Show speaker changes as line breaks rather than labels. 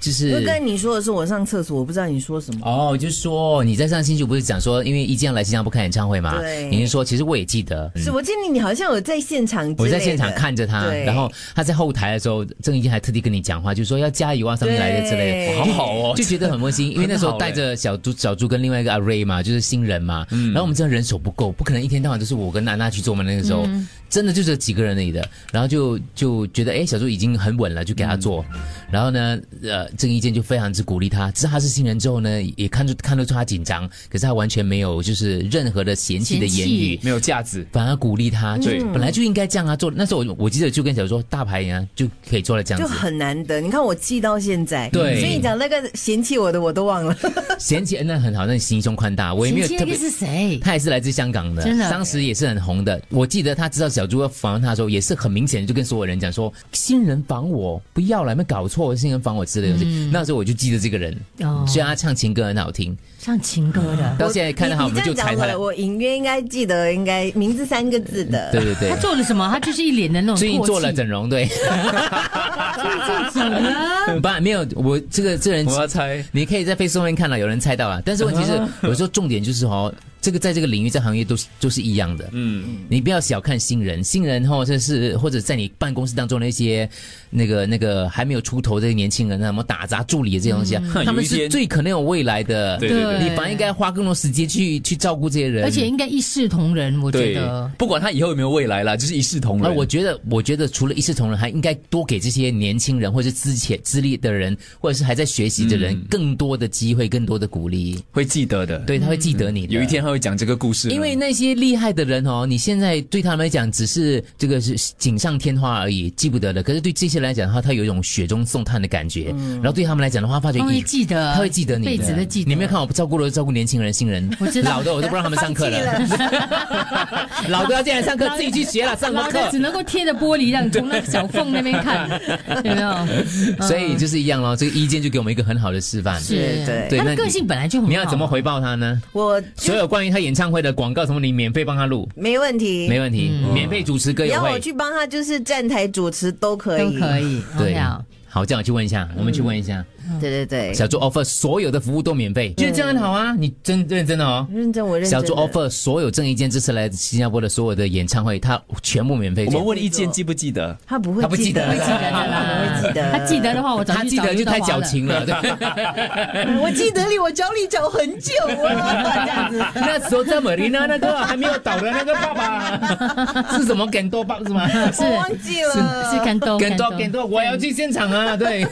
就是
我跟你说的是我上厕所，我不知道你说什么。
哦，就是说你在上星期不是讲说，因为一将来新加坡看演唱会嘛？
对
你是说其实我也记得，嗯
是我记得你好像有在现场之类的，
我在现场看着他，
对
然后他在后台的时候，郑伊健还特地跟你讲话，就说要加油啊什么来的之类的，
对哇好
好哦
就觉得很温馨。因为那时候带着小猪、小猪跟另外一个阿瑞嘛，就是新人嘛，然后我们真的人手不够，不可能一天到晚都是我跟娜娜去做嘛。那个时候、真的就这几个人而已的，然后就就觉得哎，小猪已经很稳了，就给他做。然后呢，呃，郑伊健就非常之鼓励他，知道他是新人之后呢，也看出看得出他紧张，可是他完全没有就是任何的嫌弃的
嫌
言
弃
语，
没有架子，
反而鼓励他，就
对
本来就应该这样啊做。那时候我我记得就跟小说大牌一样就可以做到这样
就
子，
很难得。你看我记到现在，
对
所以你讲那个嫌弃我的我都忘了。
嫌弃那很好，那你心胸宽大，我也没有
前妻
特
那
别
个。是谁？
他也是来自香港的，
真的
当时也是很红的。我记得他知道小猪要访问他的时候，也是很明显地就跟所有人讲说：“新人访我不要了，有没有搞错？新人访我之类的东西。那时候我就记得这个人，
哦
虽然他唱情歌很好听，
唱情歌的，
到现在看到他
你
我
你
们就
这样
踩
讲
他了
我。我隐约应该记得，应该名字三个字的。
对对 对
他，做了什么？他就是一脸的那种
最近
唾弃
做了整容，对，
怎么 了？
不没有我这个这人
我要猜，
你可以在 Facebook 上面看到有人猜到了，但是问题是，
啊
有时候重点就是哦，这个在这个领域在行业都是都是一样的，
嗯，
你不要小看新人，新人或者是或者在你办公室当中的一些那个那个还没有出头的年轻人，什么打杂助理这些东西啊，
嗯
他们
有一
是
天
最可能有未来的，
对对对
你反而应该花更多时间去去照顾这些人，
而且应该一视同仁，我觉
对
得，。
不管他以后有没有未来啦，就是一视同
那
仁。
我觉得，我觉得除了一视同仁，还应该多给这些年轻人，或者是之前资历的人，或者是还在学习的人，
嗯
更多的机会，更多的鼓励。
会记得的，，
对，他会记得你的。
有一天他会讲这个故事呢，
因为那些厉害的人哦，你现在对他们来讲只是这个是锦上添花而已，记不得了。可是对这些人来讲的话，他有一种雪中送炭的感觉。然后对他们来讲的话，发觉
他会
咦，
记得，
他会记得你的，
哦一辈子都记得。
你没有看我照顾了照顾年轻人、新人，
我知道
老的我都不让他们上课
放弃
了， 老的要进来上课，自己去学了，上什么
老
课
的只能够贴着玻璃，让你从那个小缝那边 看，有没有？
所以就是一样咯，这个意见就给我们一个很好的示范。
是，
对
对
他
那你
的个性本来就很好。
你要怎么回报他呢？
我
所有关于他演唱会的广告什么，你免费帮他录，
没问题，
没问题，免费主持歌
你
友
要
会
我。去帮他，就是站台主持都可
都
以，
可以？
对
OK 啊，
好，这样我去问一下，我们去问一下，
对对对，
小猪 offer 所有的服务都免费，觉得这样很好啊，你真认真的哦。
认真我认真
小
的。
猪 offer 所有郑伊健这次来新加坡的所有的演唱会，他全部免费
我
做。
们问意见记不记得？
他不会
他不记
记
得
得，
啦
记得的啦，
我会记得
他记得的话，我早
他
去
记
找
得就
刘德华
太
了
矫。情了，对。
我记得你，我找你找很久啊，这 样子。
那时候在美丽娜那个还没有倒的那个爸爸 是什么梗多棒是吗？
是
我忘记了，
哦是感动，
梗多梗多，我要去现场啊，对。